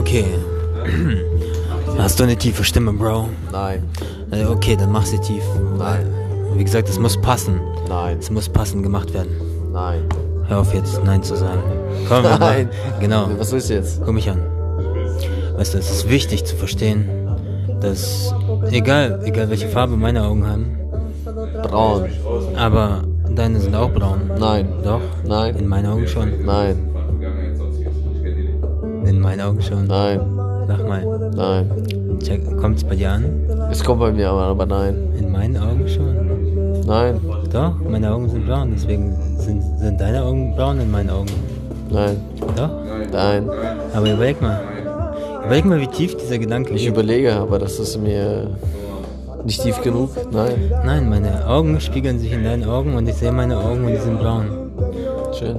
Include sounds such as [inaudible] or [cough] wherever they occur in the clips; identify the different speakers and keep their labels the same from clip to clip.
Speaker 1: Okay. Hast du eine tiefe Stimme, Bro?
Speaker 2: Nein,
Speaker 1: Äh, Okay, dann mach sie tief.
Speaker 2: Nein.
Speaker 1: Wie gesagt, es muss passen.
Speaker 2: nein,
Speaker 1: Es muss passend gemacht werden.
Speaker 2: nein.
Speaker 1: Hör auf jetzt, Nein zu sagen. Komm, wir
Speaker 2: Nein.
Speaker 1: machen- Genau.
Speaker 2: Also, Was ist jetzt?
Speaker 1: Guck mich an. Weißt du, es ist wichtig zu verstehen, dass egal, egal welche Farbe meine Augen haben,
Speaker 2: Braun.
Speaker 1: aber deine sind auch braun.
Speaker 2: Nein,
Speaker 1: Doch?
Speaker 2: Nein.
Speaker 1: In meinen Augen schon.
Speaker 2: nein,
Speaker 1: In meinen Augen schon.
Speaker 2: nein,
Speaker 1: Sag mal,
Speaker 2: nein.
Speaker 1: check, kommt's bei dir an?
Speaker 2: Es kommt bei mir aber, aber nein.
Speaker 1: In meinen Augen schon.
Speaker 2: Nein,
Speaker 1: Doch, meine Augen sind braun, deswegen sind, sind deine Augen braun in meinen Augen.
Speaker 2: nein,
Speaker 1: Doch?
Speaker 2: nein.
Speaker 1: Aber überleg mal. Überleg mal, wie tief dieser Gedanke
Speaker 2: Ich
Speaker 1: geht.
Speaker 2: überlege, aber das ist mir nicht tief genug. Nein,
Speaker 1: Nein, meine Augen spiegeln sich in deinen Augen und ich sehe meine Augen und die sind braun.
Speaker 2: schön.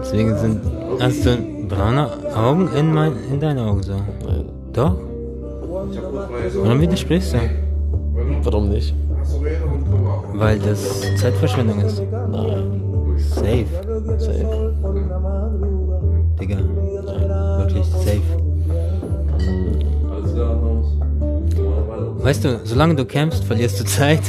Speaker 1: Deswegen sind. Hast du braune Augen in, mein, in deinen Augen so?
Speaker 2: Nein.
Speaker 1: Doch? Warum widersprichst du?
Speaker 2: Warum nicht?
Speaker 1: Weil das Zeitverschwendung ist.
Speaker 2: Nein,
Speaker 1: Safe.
Speaker 2: safe.
Speaker 1: Digga. Wirklich safe. Weißt du, solange du kämpfst, verlierst du Zeit.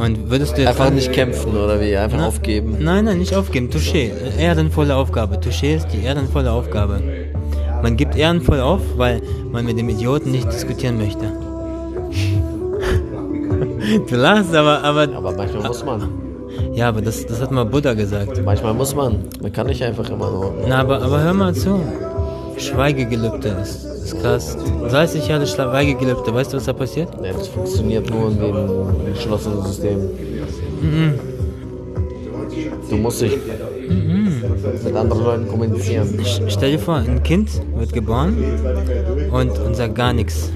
Speaker 1: Und würdest du jetzt.
Speaker 2: Einfach
Speaker 1: sagen-
Speaker 2: nicht kämpfen oder wie? Einfach
Speaker 1: Na-
Speaker 2: aufgeben.
Speaker 1: Nein, nein, nicht aufgeben. Touché. Ehrenvolle Aufgabe. Touché ist die ehrenvolle Aufgabe. Man gibt ehrenvoll auf, weil man mit dem Idioten nicht diskutieren möchte. [laughs] Du lachst, aber, aber.
Speaker 2: Aber manchmal muss man.
Speaker 1: Ja, aber das, das hat mal Buddha gesagt.
Speaker 2: Manchmal muss man. Man kann nicht einfach immer nur.
Speaker 1: Na, aber, aber hör mal zu. Schweigegelübde ist, ist krass. 30 Jahre Schweigegelübde, weißt du, was da passiert?
Speaker 2: Nee, das funktioniert nur in dem geschlossenen System. Du musst dich mit anderen Leuten kommunizieren.
Speaker 1: Sch- Stell dir vor, ein Kind wird geboren und, und sagt gar nichts.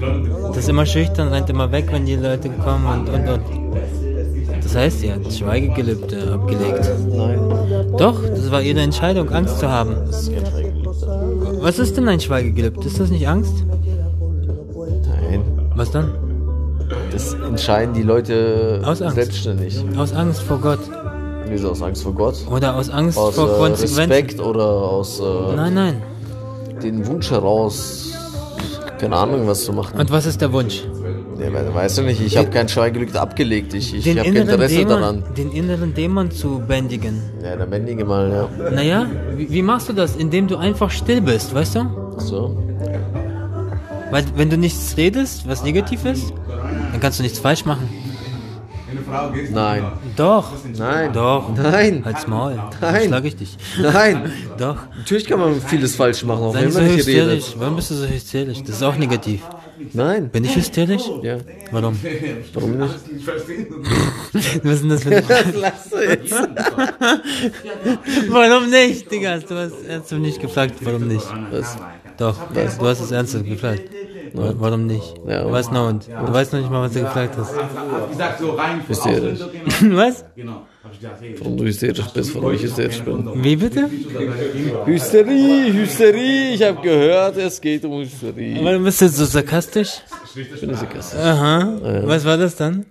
Speaker 1: Das ist immer schüchtern, rennt immer weg, wenn die Leute kommen und und und. Das heißt, sie hat Schweigegelübde abgelegt.
Speaker 2: Nein,
Speaker 1: Doch, das war ihre Entscheidung, Angst zu haben.
Speaker 2: das ist kein Schweigegelübde.
Speaker 1: Was ist denn ein Schweigegelübde? Ist das nicht Angst?
Speaker 2: Nein,
Speaker 1: Was dann?
Speaker 2: das entscheiden die Leute
Speaker 1: Aus Angst.
Speaker 2: selbstständig.
Speaker 1: Aus Angst vor Gott.
Speaker 2: Wieso aus Angst vor Gott?
Speaker 1: Oder aus Angst
Speaker 2: Aus
Speaker 1: vor
Speaker 2: äh,
Speaker 1: Konsequenzen.
Speaker 2: Respekt oder aus äh,
Speaker 1: Nein, nein.
Speaker 2: dem Wunsch heraus, keine Ahnung, was zu machen.
Speaker 1: Und was ist der Wunsch?
Speaker 2: Nee, we- weißt du nicht, ich habe kein Schweigegelübde abgelegt. Ich, ich
Speaker 1: Den
Speaker 2: habe kein
Speaker 1: inneren,
Speaker 2: Interesse
Speaker 1: Dämon,
Speaker 2: daran.
Speaker 1: den inneren Dämon zu bändigen.
Speaker 2: Ja, dann bändige mal, ja.
Speaker 1: Naja, wie, wie machst du das? Indem du einfach still bist, weißt du?
Speaker 2: So.
Speaker 1: Weil wenn du nichts redest, was negativ ist, dann kannst du nichts falsch machen. [laughs]
Speaker 2: Nein.
Speaker 1: Doch.
Speaker 2: Nein.
Speaker 1: Doch.
Speaker 2: Nein.
Speaker 1: Halt's Maul. Nein.
Speaker 2: Nein.
Speaker 1: Schlag ich dich.
Speaker 2: Nein.
Speaker 1: Doch.
Speaker 2: Natürlich kann man vieles falsch machen, auch
Speaker 1: Sei
Speaker 2: wenn
Speaker 1: nicht so
Speaker 2: man nicht
Speaker 1: hysterisch.
Speaker 2: redet.
Speaker 1: Warum bist du so hysterisch? Das ist auch negativ.
Speaker 2: Nein.
Speaker 1: Bin ich hysterisch?
Speaker 2: Ja, [laughs]
Speaker 1: Warum?
Speaker 2: warum nicht?
Speaker 3: [laughs]
Speaker 1: Was ist denn das für eine
Speaker 2: [laughs] Lass es.
Speaker 1: Warum nicht, Digga? Du hast ernsthaft nicht gefragt, warum nicht?
Speaker 2: Was?
Speaker 1: Doch, du hast es ernsthaft gefragt. Wa- Warum nicht?
Speaker 2: Ja.
Speaker 1: Du weißt noch, und, du weißt noch nicht mal, was du gefragt hast. [laughs]
Speaker 3: gesagt, so rein für
Speaker 2: Hysterisch.
Speaker 3: Ausländer,
Speaker 1: Was?
Speaker 3: Genau. Hab ich gesagt, hey,
Speaker 2: Warum du hysterisch bist, warum ich hysterisch bin.
Speaker 1: Wie bitte?
Speaker 2: Hysterie, Hysterie, ich habe gehört, es geht um Hysterie.
Speaker 1: Warum bist du so sarkastisch?
Speaker 2: Ich bin nicht sarkastisch.
Speaker 1: äh, Aha. Was war das dann?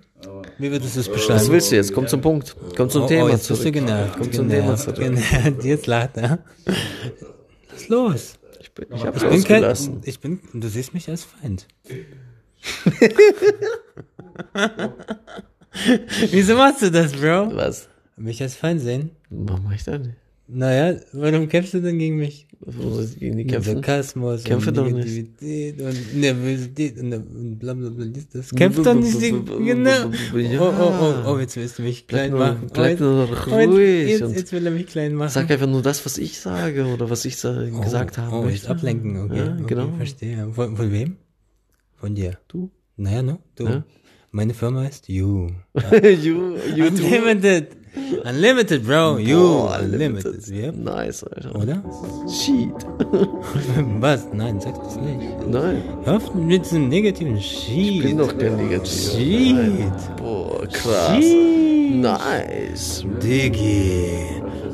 Speaker 1: Wie würdest du es beschreiben?
Speaker 2: Was willst du jetzt? Komm zum Punkt. Komm zum
Speaker 1: oh,
Speaker 2: Thema
Speaker 1: oh, jetzt bist du
Speaker 2: zurück.
Speaker 1: genervt.
Speaker 2: Komm zum Thema
Speaker 1: genervt,
Speaker 2: zurück.
Speaker 1: genervt. Jetzt lacht er. Was ist los?
Speaker 2: Ich, bin, ich hab's
Speaker 1: Ich bin,
Speaker 2: ausgelassen.
Speaker 1: kein, ich bin, du siehst mich als Feind. [laughs] Wieso machst du das, Bro?
Speaker 2: Was?
Speaker 1: Mich als Feind sehen?
Speaker 2: Warum mach ich das nicht?
Speaker 1: Naja, warum kämpfst du denn gegen mich?
Speaker 2: Warum soll ich gegen die
Speaker 1: Mit
Speaker 2: kämpfen?
Speaker 1: Sarkasmus
Speaker 2: Kämpfe
Speaker 1: und
Speaker 2: doch nicht.
Speaker 1: Negativität und Nervosität und und bla bla bla. dies, Das kämpft doch [laughs] nicht. die- Genau.
Speaker 2: Ja.
Speaker 1: Oh, oh, oh, oh, jetzt willst du mich klein
Speaker 2: nur-
Speaker 1: machen.
Speaker 2: bleib
Speaker 1: Oh, jetzt-
Speaker 2: nur doch
Speaker 1: oh, jetzt-
Speaker 2: ruhig
Speaker 1: Jetzt,
Speaker 2: und-
Speaker 1: jetzt will er mich klein machen.
Speaker 2: Sag einfach nur das, was ich sage oder was ich sa- gesagt habe.
Speaker 1: Oh, jetzt ablenken, okay.
Speaker 2: Ja, genau.
Speaker 1: Okay, verstehe. Von, von wem? Von dir.
Speaker 2: Du?
Speaker 1: Naja, ne? Du.
Speaker 2: Ja.
Speaker 1: Meine Firma ist You.
Speaker 2: [laughs] you, YouTube.
Speaker 1: Unlimited. Unlimited, bro. You.
Speaker 2: Oh,
Speaker 1: unlimited.
Speaker 2: Unlimited.
Speaker 1: Ja. Oh,
Speaker 2: Nice, Alter.
Speaker 1: Oder? [laughs]
Speaker 2: Cheat.
Speaker 1: Was? Nein, sag das nicht.
Speaker 2: Nein,
Speaker 1: Hör auf mit diesem negativen
Speaker 2: ich bin
Speaker 1: Shit.
Speaker 2: doch kein Negativ.
Speaker 1: Shit.
Speaker 2: Boah, krass.
Speaker 1: Shit.
Speaker 2: Nice.
Speaker 1: Diggi.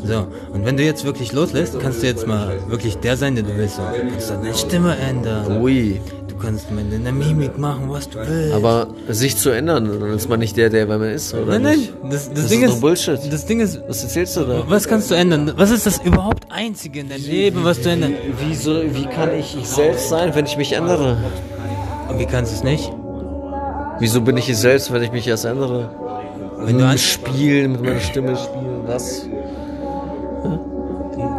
Speaker 1: So, und wenn du jetzt wirklich loslässt, kannst du jetzt mal wirklich der sein, der du willst. So, Du kannst deine Stimme ändern.
Speaker 2: Ui.
Speaker 1: Du Du kannst mit deiner Mimik machen, was du willst.
Speaker 2: Aber sich zu ändern, dann ist man nicht der, der, weil man ist, oder?
Speaker 1: nein, nein,
Speaker 2: nicht?
Speaker 1: das, das,
Speaker 2: Das
Speaker 1: Ding
Speaker 2: ist
Speaker 1: ist,
Speaker 2: doch Bullshit.
Speaker 1: Das Ding ist,
Speaker 2: Was erzählst du da?
Speaker 1: was kannst du ändern? Was ist das überhaupt Einzige in deinem Leben, was du ändern
Speaker 2: Wie, so, wie kann ich ich selbst sein, wenn ich mich ändere?
Speaker 1: Und wie kannst du es nicht?
Speaker 2: Wieso bin ich ich selbst, wenn ich mich erst ändere?
Speaker 1: Wenn du
Speaker 2: Ein
Speaker 1: ansch
Speaker 2: Spiel mit meiner Stimme spielen, das.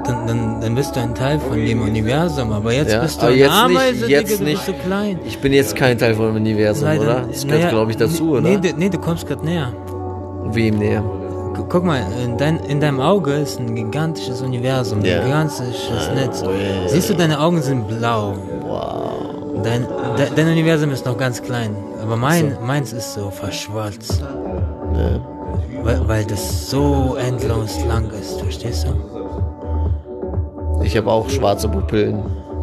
Speaker 1: dann, dann, dann bist du ein Teil von dem Universum. Aber jetzt
Speaker 2: Ja,
Speaker 1: bist du
Speaker 2: aber
Speaker 1: ein
Speaker 2: jetzt
Speaker 1: Ameise,
Speaker 2: nicht, jetzt
Speaker 1: Digga, du bist
Speaker 2: nicht.
Speaker 1: so klein.
Speaker 2: Ich bin jetzt kein Teil vom Universum, oder? Das gehört,
Speaker 1: naja,
Speaker 2: glaube ich, dazu,
Speaker 1: nee,
Speaker 2: oder?
Speaker 1: Nee, nee, du kommst gerade näher.
Speaker 2: Wem näher?
Speaker 1: Gu- Guck mal, in, dein, in deinem Auge ist ein gigantisches Universum, ein
Speaker 2: Ja. Ah,
Speaker 1: gigantisches Netz. Siehst du, deine Augen sind blau. Dein, de, dein Universum ist noch ganz klein, aber mein, meins ist so verschwolzt. Weil, weil das so endlos lang ist, verstehst du?
Speaker 2: Ich habe auch schwarze Pupillen.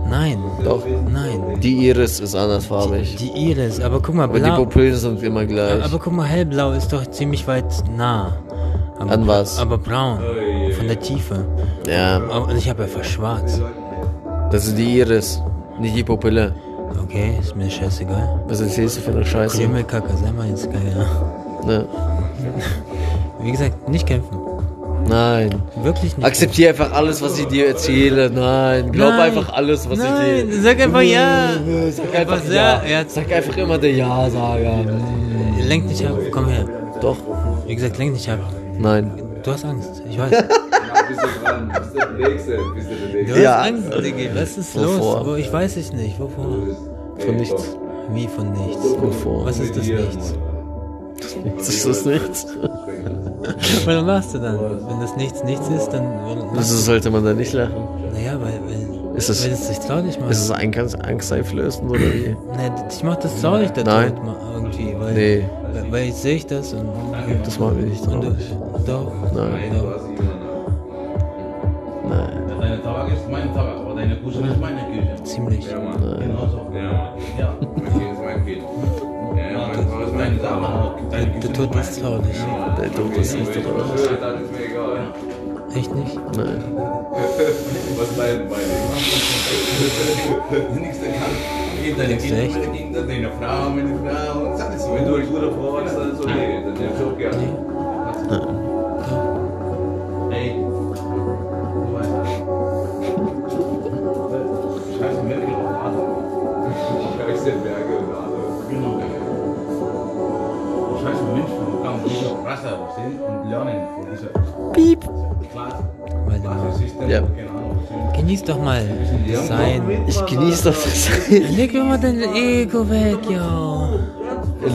Speaker 1: Nein,
Speaker 2: Doch.
Speaker 1: nein.
Speaker 2: Die Iris ist andersfarbig.
Speaker 1: Die Iris, aber guck mal,
Speaker 2: Aber die
Speaker 1: blau.
Speaker 2: Pupillen sind immer gleich.
Speaker 1: Aber guck mal, hellblau ist doch ziemlich weit nah. Aber,
Speaker 2: An was?
Speaker 1: Aber braun, von der Tiefe.
Speaker 2: ja,
Speaker 1: Aber ich habe einfach schwarz.
Speaker 2: das ist die Iris, nicht die Pupille.
Speaker 1: Okay, ist mir scheißegal.
Speaker 2: Was erzählst du für eine Scheiße?
Speaker 1: Krümelkacke, sei mal jetzt geil, ja.
Speaker 2: Ne?
Speaker 1: Wie gesagt, nicht kämpfen.
Speaker 2: Nein.
Speaker 1: Wirklich nicht.
Speaker 2: Akzeptier einfach alles, was ich dir erzähle. Nein. Glaub
Speaker 1: Nein.
Speaker 2: einfach alles, was
Speaker 1: Nein,
Speaker 2: ich dir.
Speaker 1: sag einfach ja.
Speaker 2: Sag einfach
Speaker 1: Was,
Speaker 2: ja.
Speaker 1: ja, ja.
Speaker 2: Sag einfach immer der Ja-Sager.
Speaker 1: kämpfen. Lenk nicht ab, komm her.
Speaker 2: Doch.
Speaker 1: Wie gesagt, lenk nicht ab.
Speaker 2: Nein.
Speaker 1: Du hast Angst, ich
Speaker 4: [laughs]
Speaker 1: weiß.
Speaker 4: Bist du dran? Bist du der Nächste? Bist du der Nächste?
Speaker 1: Du hast
Speaker 2: Ja.
Speaker 1: Angst, Digga. Was ist
Speaker 2: Wovor?
Speaker 1: los? Wo, ich weiß es nicht. Wovor?
Speaker 2: Von nichts.
Speaker 1: Wie von nichts?
Speaker 2: Wovor?
Speaker 1: Was ist das [laughs] Nichts?
Speaker 2: Nichts ist das nichts.
Speaker 1: Was machst du dann? Wenn das Nichts nichts ist, dann...
Speaker 2: Wieso sollte man da nicht lachen?
Speaker 1: Naja, weil... weil
Speaker 2: Ist das-
Speaker 1: Weil es sich traurig macht.
Speaker 2: Ist es ein ganz angsteinflößend oder wie?
Speaker 1: Nee, ich mach das traurig da
Speaker 2: Nein.
Speaker 1: drin ma- irgendwie, weil,
Speaker 2: Nee.
Speaker 1: weil- weil jetzt sehe ich das und.
Speaker 2: Das macht mich nicht
Speaker 1: und du,
Speaker 2: traurig.
Speaker 1: doch.
Speaker 2: Nein.
Speaker 1: Doch.
Speaker 2: Nein.
Speaker 3: Deine Tabak ist mein Tabak, aber deine Küche ist meine Küche.
Speaker 1: Ziemlich.
Speaker 3: Genauso. Ja. Ja. Deine Tabak, deine Küche
Speaker 1: Der Tod ist traurig.
Speaker 2: Der Tod ist nicht traurig.
Speaker 1: Echt nicht?
Speaker 2: Nein.
Speaker 4: Was leiden meine?
Speaker 3: ist [laughs] nichts kann. Geht deine
Speaker 1: Nichts
Speaker 3: Kinder,
Speaker 1: echt.
Speaker 3: meine Kinder, deine Frau, meine Frau. Sag es
Speaker 4: Wenn
Speaker 3: mir.
Speaker 4: du ein guter Vorwärts
Speaker 3: also
Speaker 4: dann
Speaker 1: Ah.
Speaker 4: ist okay, dann ist okay.
Speaker 1: Ah.
Speaker 3: Ey. Du weißt. Scheiße, Merkel auf Adam.
Speaker 4: Ich habe diese Berge und alle.
Speaker 3: Genau. Scheiße, Mensch, du kannst nicht auf Wasser stehen und lernen von dieser Klasse.
Speaker 1: Weil du mal.
Speaker 3: System.
Speaker 2: Ja.
Speaker 3: Genau.
Speaker 1: Genieß doch mal das Sein.
Speaker 2: Ich genieße doch das Leben.
Speaker 1: Leg doch mal dein Ego weg, yo.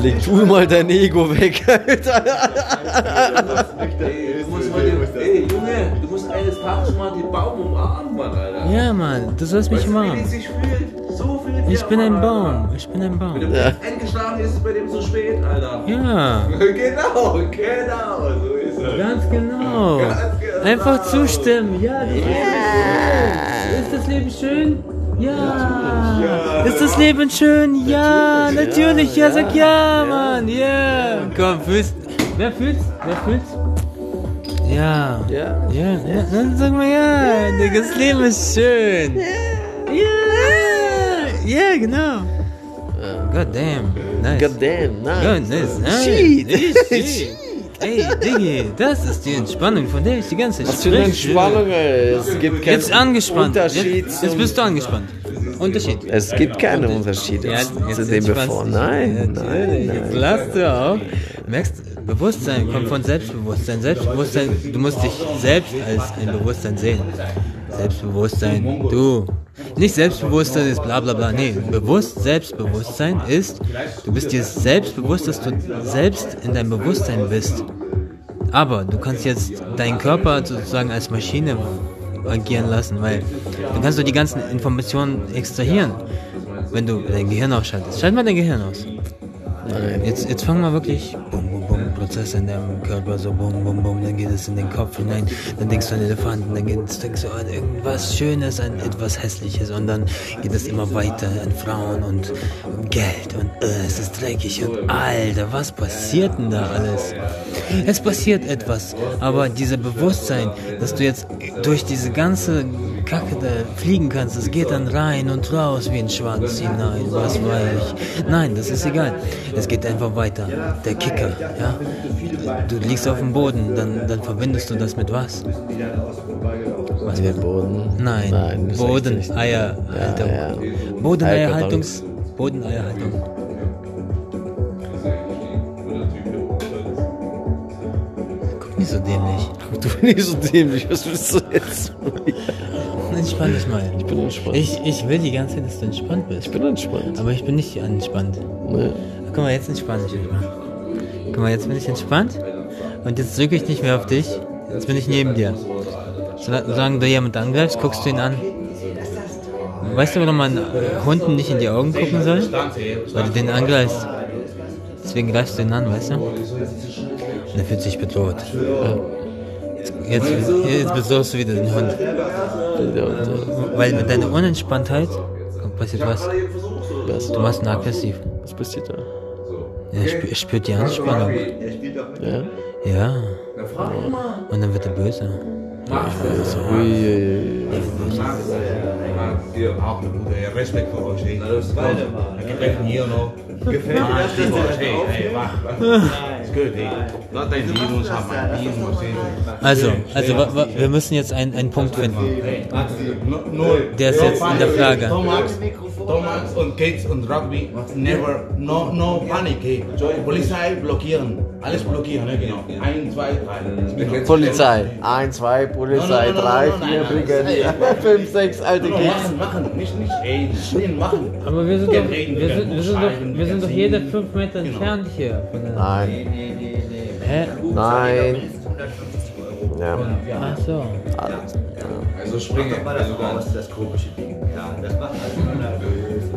Speaker 2: Leg du mal dein Ego weg, Alter.
Speaker 4: Ey, du musst mal den, ey, Junge, du musst eines Tages mal den Baum umarmen, Mann, Alter.
Speaker 1: Ja, Mann, du sollst mich
Speaker 4: Weißt du, wie die
Speaker 1: umarmen.
Speaker 4: sich fühlt? So viel
Speaker 1: Ich
Speaker 4: mehr,
Speaker 1: bin ein
Speaker 4: Mann, Alter.
Speaker 1: Baum. Ich bin ein
Speaker 4: Wenn
Speaker 1: Baum.
Speaker 4: du eingeschlafen ist, ist bei dem so spät, Alter.
Speaker 1: Ja,
Speaker 4: [laughs] Genau, genau, so ist es.
Speaker 1: ganz genau. Einfach zustimmen. Ja, das Ist das Leben schön? Ja. Ist das Leben schön? Ja, natürlich. Ja, sag ja, Mann. Ja. Komm, fühlst. Wer fühlt's? Wer fühlt's? Ja.
Speaker 2: Ja.
Speaker 1: Ja, ja. Dann sag mal ja. Digga, das Leben ist schön. Ja. Ja, genau. God damn. Nice.
Speaker 2: Goddamn, nein.
Speaker 1: Goodness, nein.
Speaker 2: Shit.
Speaker 1: Nicht
Speaker 2: [laughs]
Speaker 1: shit. Ey, Diggi, das ist die Entspannung, von der ich die ganze Zeit
Speaker 2: Was für eine
Speaker 1: spreche.
Speaker 2: Entspannung, ey. Es gibt keinen
Speaker 1: Jetzt angespannt.
Speaker 2: Unterschied.
Speaker 1: Jetzt, jetzt
Speaker 2: zum-
Speaker 1: bist du angespannt. Unterschied.
Speaker 2: es gibt keine Unterschiede zu dem
Speaker 1: entspannst
Speaker 2: bevor.
Speaker 1: dich.
Speaker 2: Nein,
Speaker 1: Natürlich,
Speaker 2: nein,
Speaker 1: Jetzt
Speaker 2: nein.
Speaker 1: lass du auf. Merkst, Bewusstsein kommt von Selbstbewusstsein. Selbstbewusstsein, du musst dich selbst als ein Bewusstsein sehen. Selbstbewusstsein, du. Nicht Selbstbewusstsein ist bla bla bla. Nee, bewusst Selbstbewusstsein ist, du bist dir selbstbewusst, dass du selbst in deinem Bewusstsein bist. Aber du kannst jetzt deinen Körper sozusagen als Maschine agieren lassen, weil dann kannst du die ganzen Informationen extrahieren, wenn du dein Gehirn ausschaltest. Schalt mal dein Gehirn aus. Äh, Jetzt, jetzt fang mal wirklich bum, bum, bum, Prozess in deinem Körper, so bum, bum, bum, dann geht es in den Kopf hinein, dann denkst du an Elefanten, dann geht's, denkst du an irgendwas Schönes, an etwas Hässliches und dann geht es immer weiter an Frauen und Geld und äh, es ist dreckig und Alter, was passiert denn da alles? Es passiert etwas, aber dieses Bewusstsein, dass du jetzt durch diese ganze Kacke da fliegen kannst. Es geht dann rein und raus wie ein Schwanz hinein. Was weiß ich. Nein, das ist egal. Es geht einfach weiter. Der Kicker, ja. Du liegst auf dem Boden, dann, dann verbindest du das mit was?
Speaker 2: In den Boden.
Speaker 1: Nein,
Speaker 2: Nein, das ist
Speaker 1: Boden,
Speaker 2: richtig.
Speaker 1: Eierhaltung.
Speaker 2: Ja, ja.
Speaker 1: Bodeneierhaltung.
Speaker 2: Eierkartons.
Speaker 1: Bodeneierhaltung. Guck nicht so dämlich.
Speaker 2: Du bist nicht so dämlich, was willst du jetzt?
Speaker 1: Entspann dich mal.
Speaker 2: Oh, Ich bin entspannt. Ich,
Speaker 1: Ich, ich will die ganze Zeit, dass du entspannt bist.
Speaker 2: bin entspannt.
Speaker 1: Aber ich bin nicht entspannt.
Speaker 2: Ne.
Speaker 1: Guck mal, jetzt entspann ich mich mal. Guck mal, jetzt bin ich entspannt. Und jetzt drücke ich nicht mehr auf dich. Jetzt bin ich neben dir. Sola- Solange du jemand angreifst, guckst du ihn an. Weißt du, warum man äh, Hunden nicht in die Augen gucken soll? Weil du den angreifst. Deswegen greifst du ihn an, weißt du? Und er fühlt sich bedroht. Jetzt, jetzt bedrohst du wieder den Hund.
Speaker 2: Ja, und, äh,
Speaker 1: Weil mit deiner Unentspanntheit passiert was. Also
Speaker 2: was,
Speaker 1: Du machst ihn aggressiv.
Speaker 2: was passiert da?
Speaker 1: Er spü- er spürt die Anspannung.
Speaker 2: Ja?
Speaker 1: Ja. Und dann wird er böse.
Speaker 2: Uiuiui.
Speaker 3: Auch eine gute Respekt vor euch. ey. Er gefällt mir noch. Gefällt mir das, dass hey, hey, mach, mach. Ist gut, ey. Not dein Virus, aber mein Virus, ey.
Speaker 1: Also, also wa, wa, wir müssen jetzt einen, einen Punkt finden.
Speaker 3: Hey, no- null.
Speaker 1: Der ist jetzt in der Frage.
Speaker 3: Thomas, Thomas und Kids und Rugby, never, no, no panic, ey. Polizei blockieren, alles blockieren, ne, genau. Ein, zwei, drei.
Speaker 2: Polizei. 1, 2, Polizei,
Speaker 3: Nein, nein,
Speaker 2: 3,
Speaker 3: nein,
Speaker 2: 4,
Speaker 3: nein, nein, nein,
Speaker 2: [laughs] Brigadier, 5, 6, alte
Speaker 3: No,
Speaker 2: Keks.
Speaker 3: machen, machen, nicht, nicht, ey, stehen, machen.
Speaker 1: Aber wir sind
Speaker 3: doch- wir sind- wir sind doch- wir sind doch jede
Speaker 1: fünf Meter
Speaker 3: entfernt
Speaker 1: hier.
Speaker 2: Nein,
Speaker 1: Hä?
Speaker 2: nein. Ja,
Speaker 1: Ach so.
Speaker 2: alles.
Speaker 4: Also springe. Also ganz.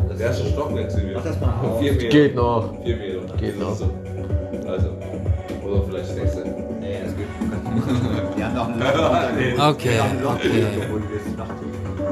Speaker 4: Das erste Stockwerksel wieder. Auf Vier Meter.
Speaker 2: Geht noch.
Speaker 4: Vier Meter.
Speaker 2: Geht noch.
Speaker 4: So. Also. Oder vielleicht sechs. Nee, das geht.
Speaker 1: Okay, okay.